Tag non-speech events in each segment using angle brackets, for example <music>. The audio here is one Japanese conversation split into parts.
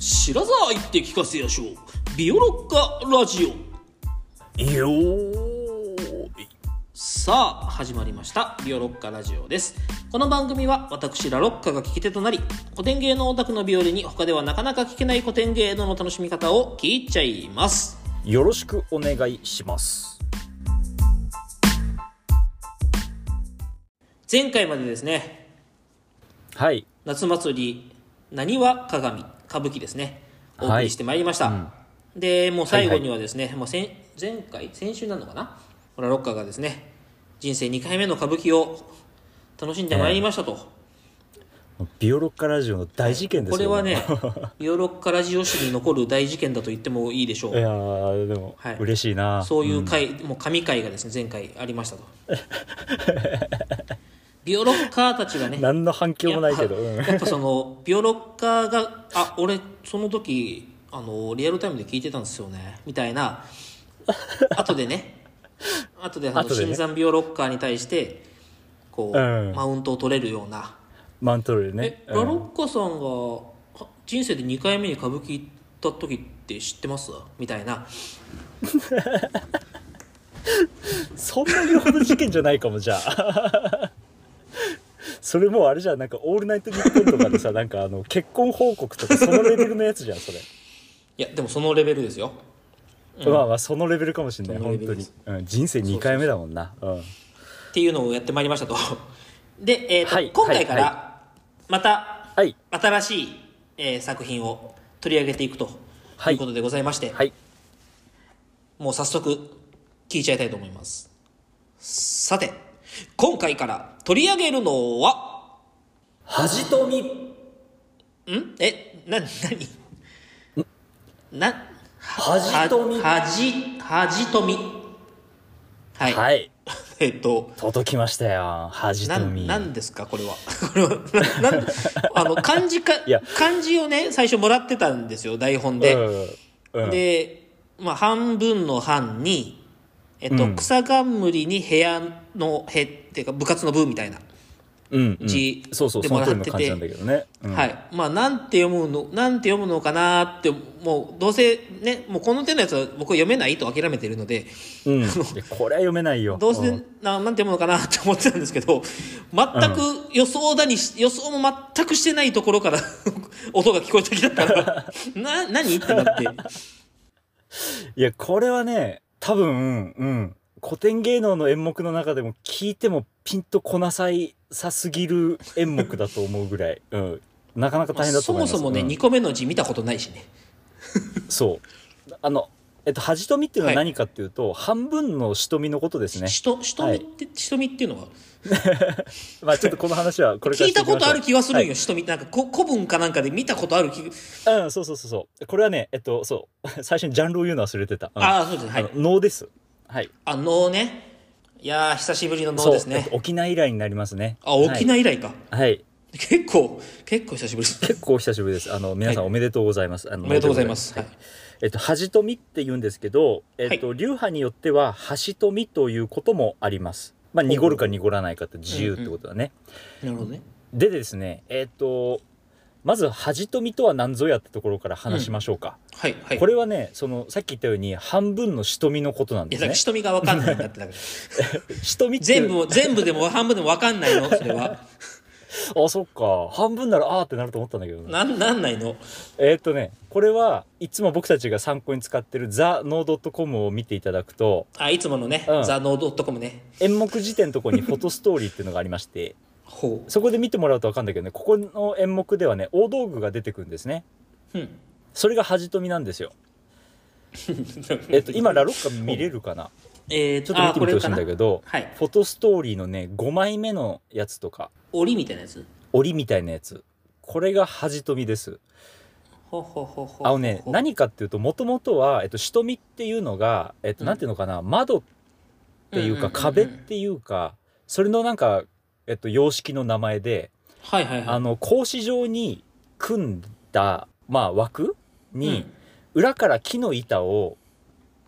白沢行って聞かせやしょうビオロッカラジオよーいさあ始まりましたビオロッカラジオですこの番組は私ラロッカが聞き手となり古典芸能オタクのビオレに他ではなかなか聞けない古典芸能の楽しみ方を聞いちゃいますよろしくお願いします前回までですねはい夏祭りなにわ鏡歌舞伎ですねお送りしてまいりました、でもう最後にはですね、もう先前回先週なのかなほらロッカーがですね人生2回目の歌舞伎を楽しんでまいりましたと、ビオロッカラジオの大事件ですこれよはね <laughs> <laughs> ヨーロッカラジオ史に残る大事件だと言ってもいいでしょいうやーでも、はい嬉しいなそういう回、もう神回がですね前回ありましたとビオロッカーたちがね何の反響もないけどやっうぱん <laughs> やっぱそのビオロッカーがあ俺その時あのリアルタイムで聞いてたんですよねみたいな後で <laughs> ね後であの後でね新参ビオロッカーに対してこう、うんマウントを取れるようなマントルねえ、ラロッカさんがは人生で2回目に歌舞伎行った時って知ってますみたいなうんそんなにほど事件じゃないかもじゃあ <laughs> それもうあれじゃんなんか「オールナイトニッポン」とかで <laughs> さなんかあの結婚報告とかそのレベルのやつじゃんそれ、いやでもそのレベルですよまあまあそのレベルかもしれないそのレベ本ル当でにす、うん、人生2回目だもんなうんっていうのをやってまいりましたとで、えーとはい今回かはいらまたはい新しい、えー作品を取り上げていくとはいいうことでございまして、はいもう早速聞いちゃいたいと思いますさて今回から取り上げるのは恥とみんえな何な恥とみ恥恥とみはい、はいえっと届きましたよ恥なとんみなんですかこれは <laughs> これはななんあの漢字かいや漢字をね最初もらってたんですよ台本で、うんうんで、まあ、半分の半に、えっとうん草冠に部屋のへっていうか部活の部みたいな、うんうん字そうそうでそのもらっ通ててりの感じなんだけどね、うんはいまあなんて読むのなんて読むのかなってもうどうせねもうこの手のやつは僕は読めないと諦めてるのでうん、いやこれは読めないよどうせんななんて読むのかなって思ってたんですけど全く予想だにし予想も全くしてないところから <laughs> 音が聞こえてきたから <laughs> な何ってなっていやこれはね多分うん古典芸能の演目の中でも聞いてもピンとこなさいさすぎる演目だと思うぐらい、 <laughs> うん、なかなか <laughs> 大変だとそ思もいますそもね、うん2個目の字見たことないしねそうあのえっと恥とみっていうのははい何かっていうと、半分のしとみのことですねしとしとみって、しとみっていうのはまあちょっとこの話はこれから聞しいてたきましこょうとある気はするんはよ、しとみなんかこ古文かなんかで見たことある気、うん、そうそうそうそう。これはね、えっと、そう。 <laughs> 最初にジャンルを言うの忘れてた。うんああそうですねはあのい能です。はい。あ能ねいやー久しぶりの能そうですえっねと沖縄以来になりますね。あ沖は縄以来か、い。はい。結構結構久しぶりです結構お久しぶりです。あの、皆さんはいおめでとうございます。あのおめでとうございます能ではいえっと、恥とみって言うんですけど、えっと、流派によっては、端とみということもあります。まあ、濁るか濁らないかって自由ってことだね。なるほどねでですね、えっと、まず恥とみとは何ぞやってところから話しましょうか。はいはいこれはね、その、さっき言ったように、半分のしとみのことなんいでやだすからね。しとみが分かんないんだってだからしとみっ <laughs> て全部を全部でも半分でも分かんないのそれはあそっか半分ならあーってなると思ったんだけどななんなんないのえーっとねこれはいつも僕たちが参考に使ってる「ザ・ノードットコム」を見ていただくとあいつものね、うんザ・ノードットコムね演目辞典のとこにフォトストーリーっていうのがありまして <laughs> ほそこで見てもらうと分かるんだけどねここの演目ではね大道具が出てくるんですねううんそれが恥とみなんですよえっと今ラロッカ見れるかなえー、ちょっと見てみてほしいんだどけどはいフォトストーリーのね5枚目のやつとか檻みたいなやつ檻みたいなやつこれが恥とみですほほほほあのね何かっていうともともとは、えっと、しとみっていうのが、えっと、うんなんていうのかな、窓っていうんううか、んうんうん壁っていうかそれのなんか、えっと、様式の名前で、はいはいはいあの格子状に組んだ、まあ、枠にうん、裏から木の板を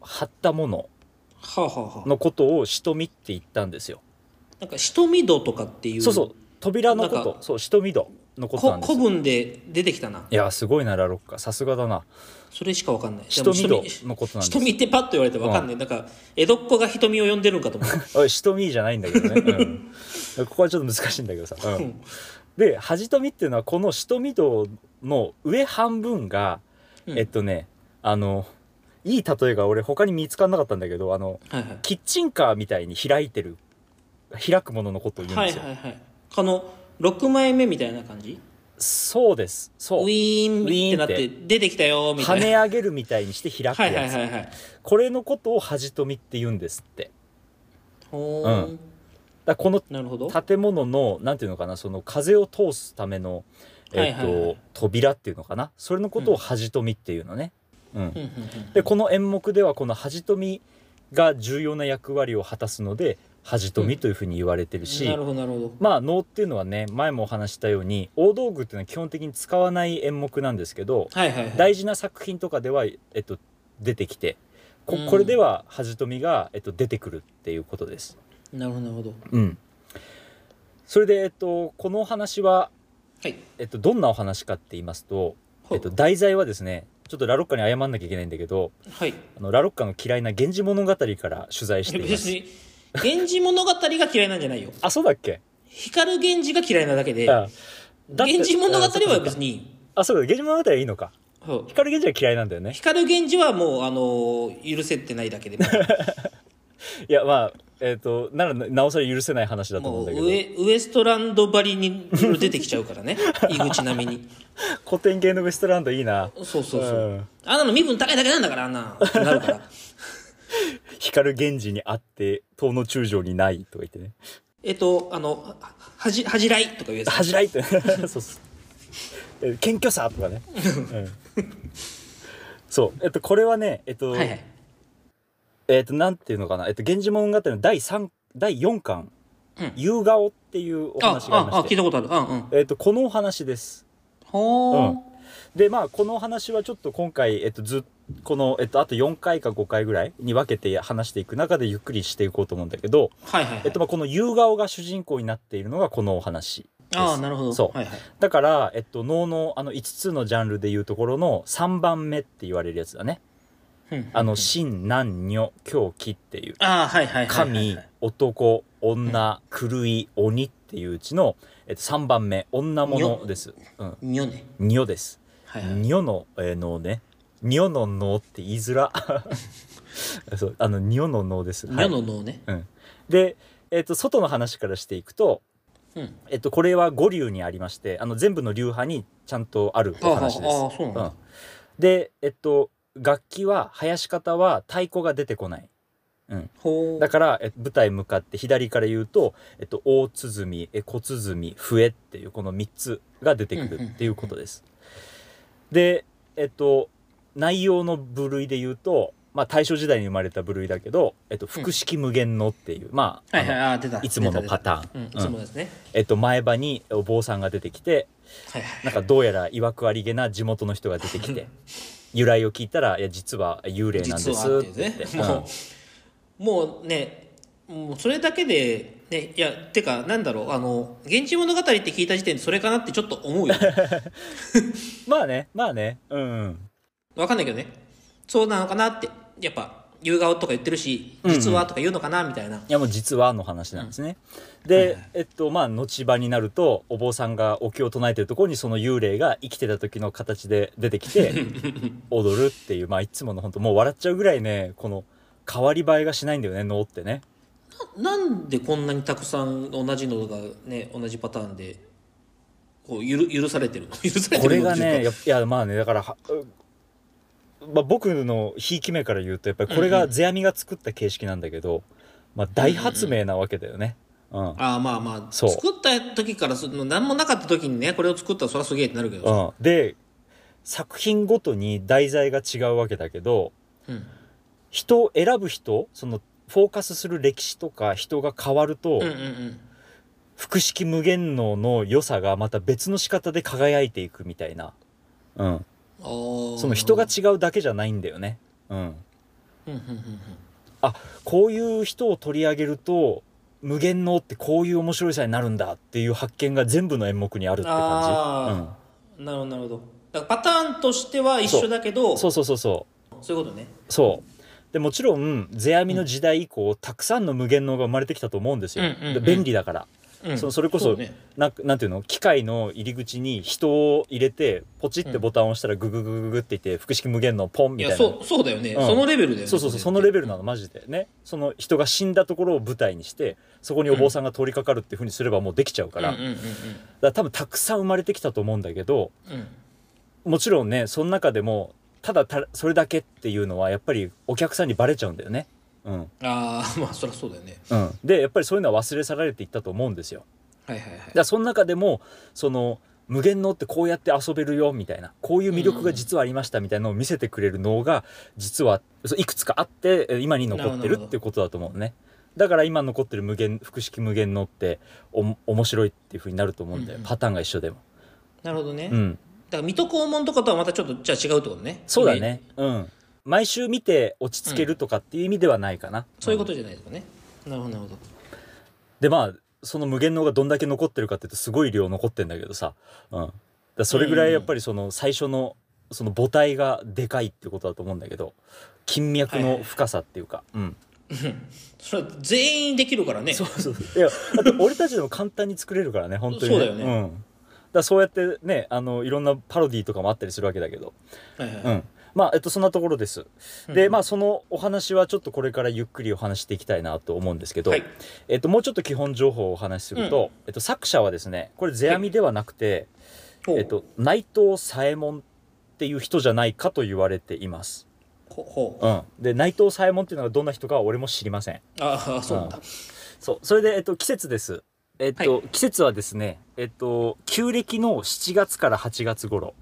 貼ったものはあ、はあはあ、のことをしとみって言ったんですよ。なんかしとみ戸とかっていうそうそう扉のこなんとかそうしとみ戸残ったこんです古よ文で出てきたないやすごいなラロッカさすがだなそれしかわかんない瞳でものことなんです瞳ってパッと言われてわかんない、なんか江戸っ子が瞳を呼んでるんかと思うおい瞳じゃないんだけど <laughs> ね、うん、ここはちょっと難しいんだけどさ、うんうんで端富っていうのはこの瞳戸の上半分が、うんえっとねあのいい例えが俺他に見つからなかったんだけどあのはいはいキッチンカーみたいに開いてる開くもののことを言うんはでいすよ、はいはいこの6枚目みたいな感じそうですウそうィーンってなっウィてー出てきたよみた跳いねな上げるみたいにして開くはやいつ、はいはいはいこれのことを端富って言うんですってほーんうんだからこのなるほど建物のなんていうのかなその風を通すための、えっはといはいはい扉っていうのかなそれのことを端富っていうのね、うんうんうんうんでこの演目ではこの恥富が重要な役割を果たすので恥富というふうに言われてるし、なるほどなるほどまあ能っていうのはね前もお話ししたように大道具っていうのは基本的に使わない演目なんですけどはいはいはい大事な作品とかでは、えっと、出てきてこうんこれでは恥富が、えっと、出てくるっていうことです。なるほどなるほどうん、それで、えっと、このお話は、はいえっと、どんなお話かって言いますと、ほえっと、題材はですねちょっとラロッカに謝んなきゃいけないんだけどはいあのラロッカの嫌いな「源氏物語」から取材していま別す。に源氏物語が嫌いなんじゃないよあそうだっけ、光源氏が嫌いなだけであだって源氏物語あそっかそっはか別にあそうだ源氏物語はいいのかそう光源氏は嫌いなんだよね光源氏はもうあの許せてないだ <laughs> けでいやまあえっ、とならなおさら許せない話だと思うもんうだけウどエウエストランドばりに出てきちゃうから <laughs> ね井口並みに古典系のウエストランドいいなそうそうそう、うんあんなの身分高いだけなんだからあんなのなるから <laughs> 光源氏にあって遠野中将にないとか言ってねえっとあのははじ恥じらいとか言うやつ恥じらいっ <laughs> てそうそうえー謙虚さとかね、うんそうえっとこれはねえっと、はいはいえっとなんていうのかなえっと源氏物語の第三第四巻うん「夕顔」っていうおあ話がありああま聞しいてたことあるうんうんえっとこのお話ですほーうんでまあこのお話はちょっと今回えっとずっこのえっとあと4回か5回ぐらいに分けて話していく中でゆっくりしていこうと思うんだけどはいはい、はいえっとまあこの「夕顔」が主人公になっているのがこのお話ですああなるほどそうはいはい、だから、えっと、能のあの5つのジャンルでいうところの3番目って言われるやつだね。うんあの、真、男、女、狂気っていう。ああはいはいはいはいはい神、男、女、狂い、鬼っていううちの、えっと、3番目、女物です。うん。にょね女です。はいはい女の、えー、能ね。女の能って言いづら。 <laughs> そう、あの、女の能です。にょはいの脳ね、うん。で、えっと、外の話からしていくと、うんえっと、これは五流にありましてあの全部の流派にちゃんとあるああおああ話です。そうなんだ、うんで、えっと、楽器は囃し方は太鼓が出てこない。ほだうからえ舞台向かって左から言うと、えっと、大鼓え小鼓笛っていうこの3つが出てくるっていうことです。でえっと内容の部類で言うと、まあ、大正時代に生まれた部類だけど「えっと、複式無限の」っていう、まあ,あはいの、はいああ出たいつものパターーン。うんいつもですね、えっと、前歯にお坊さんが出てきてはいはいなんかどうやらいわくありげな地元の人が出て <laughs> きて由来を聞いたら「いや実は幽霊なん実ではす」あっっててね言って、うんもうもうねもうそれだけでねいやてかなんだろうあの「源氏物語」って聞いた時点でそれかなってちょっと思うよ <laughs> まあねまあねうんうんわかんないけどねそうなのかなってやっぱ「夕顔」とか言ってるし「実は」とか言うのかなみたいな、いやもう実はの話なんですね、で、えっとまあ後場になるとお坊さんがお経を唱えてるところにその幽霊が生きてた時の形で出て <laughs> きて踊るっていうまあいつもの本当もう笑っちゃうぐらいねこの変わり映えがしないんだよね能ってねななんでこんなにたくさん同じのがね同じパターンでこうゆる許されてるの <laughs> 許されて <laughs> こるれのがっていうかねやっぱいやまあねだからはうまあ、僕のひいき目から言うとやっぱりこれが世阿弥が作った形式なんだけど、まあ、大発明なわけだよね。うんああまあまあそう作った時からその何もなかった時にねこれを作ったらそりゃすげえってなるけどうさん、で作品ごとに題材が違うわけだけどうん人を選ぶ人そのフォーカスする歴史とか人が変わると、うんうんうん複式無限能の良さがまた別の仕方で輝いていくみたいな、うん、あーその人が違うだけじゃないんだよね。うんうんうんうんうんあこういう人を取り上げると無限のってこういう面白いさになるんだっていう発見が全部の演目にあるって感ああ、なるほどなるほどだからパターンとしては一緒だけどじ、うん、そうそうそうそうそういうことねそうでもちろん世阿弥の時代以降、たくさんの無限能が生まれてきたと思うんですよ、うんうんうんで便利だから、うんそのそれこそうねななんていうの機械の入り口に人を入れてポチってボタンを押したらググググググって言って腹式無限のポンいみやたいなそうそうだよね、うんそのレベルだよねそうそうそうそのレベルなののマジでねその人が死んだところを舞台にしてそこにお坊さんが通りかかるっていうふうにすればもうできちゃうから,、うんだうんかうんら多分たくさん生まれてきたと思うんだけどうんうんもちろんねその中でもただたそれだけっていうのはやっぱりお客さんにバレちゃうんだよね。うんあ <laughs> あまあそりゃそうだよねうん、でやっぱりそういうのは忘れ去られていったと思うんですよ。はいはいはいだからその中でもその無限のってこうやって遊べるよみたいなこういう魅力が実はありましたみたいなのを見せてくれる脳が実はそういくつかあってえ今に残ってるっていうことだと思うねだから今残ってる無限複式無限のっておも面白いっていうふうになると思うんだよ、うんうんパターンが一緒でもなるほどね、うだんから水戸黄門とかとはまたちょっとじゃあ違うってことねそうだねうん毎週見て落ち着けるとかっていう意味ではないかな、そういうこんとじゃないですかね、なるほどなるほどでまあその無限能がどんだけ残ってるかって言うとすごい量残ってんだけどさ、うん、だからそれぐらいやっぱりその最初のその母体がでかいってことだと思うんだけど金脈の深さっていうか、うんそれは全員できるからねそうそうそういやだって俺たちでも簡単に作れるからね本当に、そうだよねん、だからそうやってねあのいろんなパロディーとかもあったりするわけだけど、はいはい、うん、まあえっとそんなところです、でまあそのお話はちょっとこれからゆっくりお話していきたいなと思うんですけど、はいえっと、もうちょっと基本情報をお話しすると、えっと、作者はですねこれ世阿弥ではなくて、ほうえっと、内藤左衛門っていう人じゃないかと言われています、ほほううん、で内藤左衛門っていうのがどんな人かは俺も知りませんああそうなんだ、そうそれで、えっと、季節ですえっと、季節はですねえっと旧暦の7月から8月頃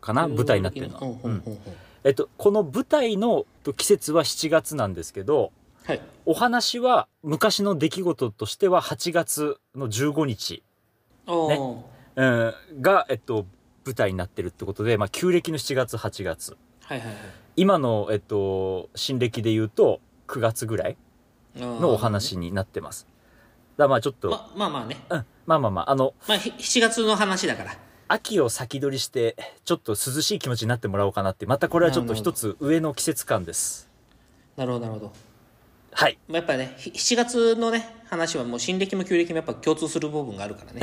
かな舞台になってるのはほうほうほうほうえっと、この舞台のと季節は7月なんですけどはいお話は昔の出来事としては8月の15日、おーうん、が、えっと、舞台になってるってことで、まあ、旧暦の7月8月はいはいはい今の、えっと、新暦で言うと9月ぐらいののお話になってます。だからまあちょっと、ままあまあね、うん、まあまあまああのまあ、ひ7月の話だから秋を先取りしてちょっと涼しい気持ちになってもらおうかなってまたこれはちょっと一つ上の季節感です。なるほどなるほどはいまあやっぱねひ7月のね話はもう新暦も旧暦もやっぱ共通する部分があるから <laughs> ね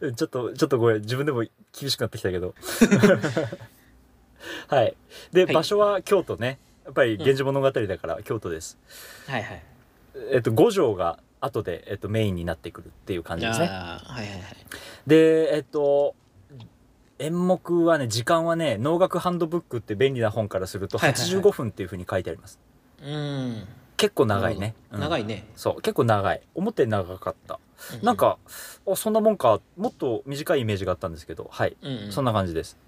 うん <laughs> ちょっと、ちょっとごめん。自分でも厳しくなってきたけ <laughs> ど。はい。で、はい場所は京都ね。やっぱり、源氏物語だから京都です。はいはいえっと、五条が後で、えっと、メインになってくるっていう感じですね。あーはいはいはいで、えっと、演目はね、時間はね、能楽ハンドブックって便利な本からするとはいはいはい85分っていうふうに書いてあります。うーん結構長いね。うん長いねそう結構長い思って長かった、なんかあそんなもんかもっと短いイメージがあったんですけどはい、うんうんそんな感じです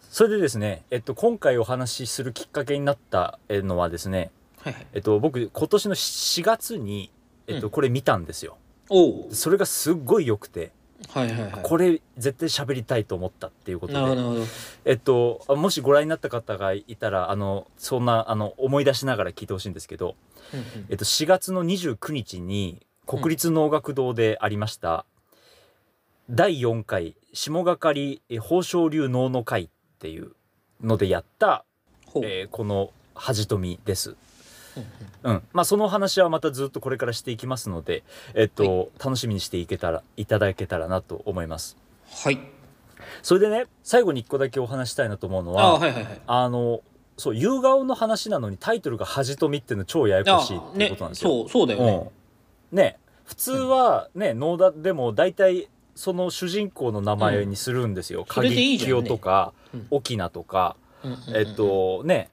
それでですね、えっと、今回お話しするきっかけになったえのはですね、はいはいえっと、僕今年の4月に、えっうと、んこれ見たんですよ、おうそれがすっごい良くて、はいはいはいこれ絶対喋りたいと思ったっていうことでなるほどなるほどえっと、あもしご覧になった方がいたらあのそんなあの思い出しながら聞いてほしいんですけど、うんうんえっと、4月の29日に国立能楽堂でありました、第4回下がかりえ宝生流能の会っていうのでやった、ほうえーこの恥とみです。うんうんうんまあ、そのお話はまたずっとこれからしていきますので、えっと楽しみにしていけたらいただけたらなと思います。はいそれでね最後に1個だけお話したいなと思うのあはーはいはいはいあのそう夕顔の話なのにタイトルが恥とみっていうの超ややこしいっあていうねことなんですよ。そうそうだよねうん、ね普通はね能だでも大体その主人公の名前にするんですよ。それでいいじゃんね鍵清とかうん沖縄とか、うんうんうんえっとね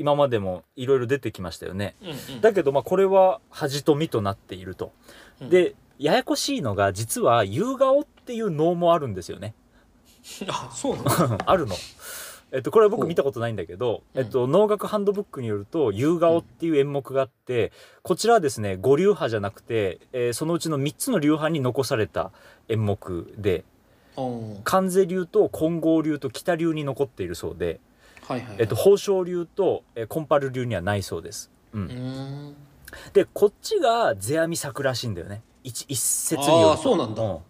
今までもいろいろ出てきましたよね。うんうんだけどまあこれは恥とみとなっていると。うんでややこしいのが実は夕顔っていう能もあるんですよね。あそうな <laughs> のあるの。えっと、これはほ僕う見たことないんだけど、うんえっと、能楽ハンドブックによると「夕顔」っていう演目があって、こちらはですね五流派じゃなくて、えーそのうちの3つの流派に残された演目でおー関西流と金剛流と北流に残っているそうで、はいはいはいえっと、宝生流と、えーコンパル流にはないそうです。ううんーんでこっちが世阿弥作らしいんだよね一一説によるとああそうなんだう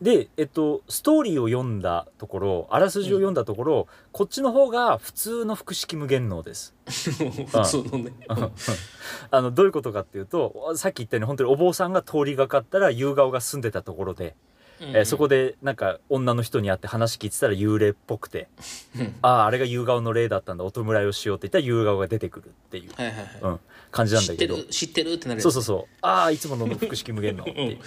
で、えっと、ストーリーを読んだところあらすじを読んだところ、こっちの方が普通の複式無限能です <laughs> 普通のねあのどういうことかっていうとさっき言ったように本当にお坊さんが通りがかったら夕顔が住んでたところで、えーそこでなんか女の人に会って話聞いてたら幽霊っぽくて、うんあああれが夕顔の霊だったんだお弔いをしようって言ったら夕顔が出てくるっていう、はいはいはいうん、感じなん知だってけどる知ってるってなるやつそうそうそうああいつもの複式無限のって <laughs> いうう、ん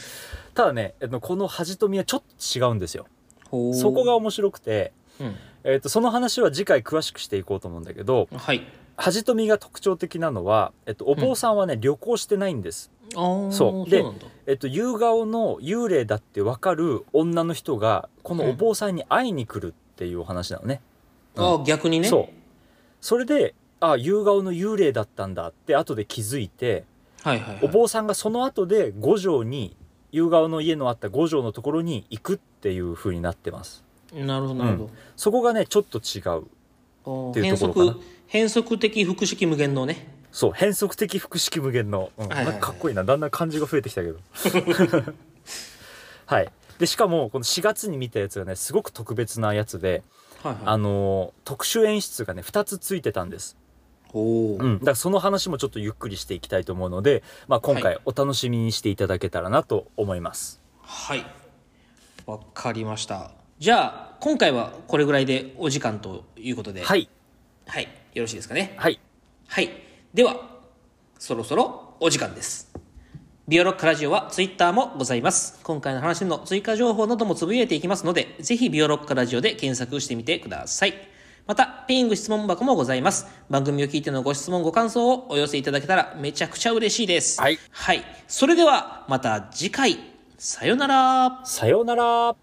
ただね、えっとこの恥とみはちょっと違うんですよほうそこが面白くて、うんえっとその話は次回詳しくしていこうと思うんだけどはい恥とみが特徴的なのは、えっとお坊さんはね、旅行してないんです、ああそそうでうなんだえっと夕顔の幽霊だって分かる女の人がこのお坊さんに会いに来るっていうお話なのね、ああ逆にねそうそれであ夕顔の幽霊だったんだって後で気づいて、はいはいはいお坊さんがその後で五条に夕顔の家のあった五条のところに行くっていう風になってますなるほどなるほそこがねちょっと違うどっあーていう変ところか則変則的複式無限のねそう変則的複式無限の、うんはいはいはいなんかかっこいいなだんだん漢字が増えてきたけど <laughs> はいでしかもこの4月に見たやつがねすごく特別なやつで、はいはあいのー特殊演出がね2つついてたんです、おおうん、だからその話もちょっとゆっくりしていきたいと思うので、まあ、今は回お楽しみにしていただけたらなと思います、はいわかりましたじゃあ今回はこれぐらいでお時間ということではいはいよろしいですかねはいはい。では、そろそろお時間です。ビオロッカラジオはツイッターもございます。今回の話の追加情報などもつぶやいていきますので、ぜひビオロッカラジオで検索してみてください。また、ペイング質問箱もございます。番組を聞いてのご質問、ご感想をお寄せいただけたらめちゃくちゃ嬉しいです。はいはい。それでは、また次回、さよなら。さようなら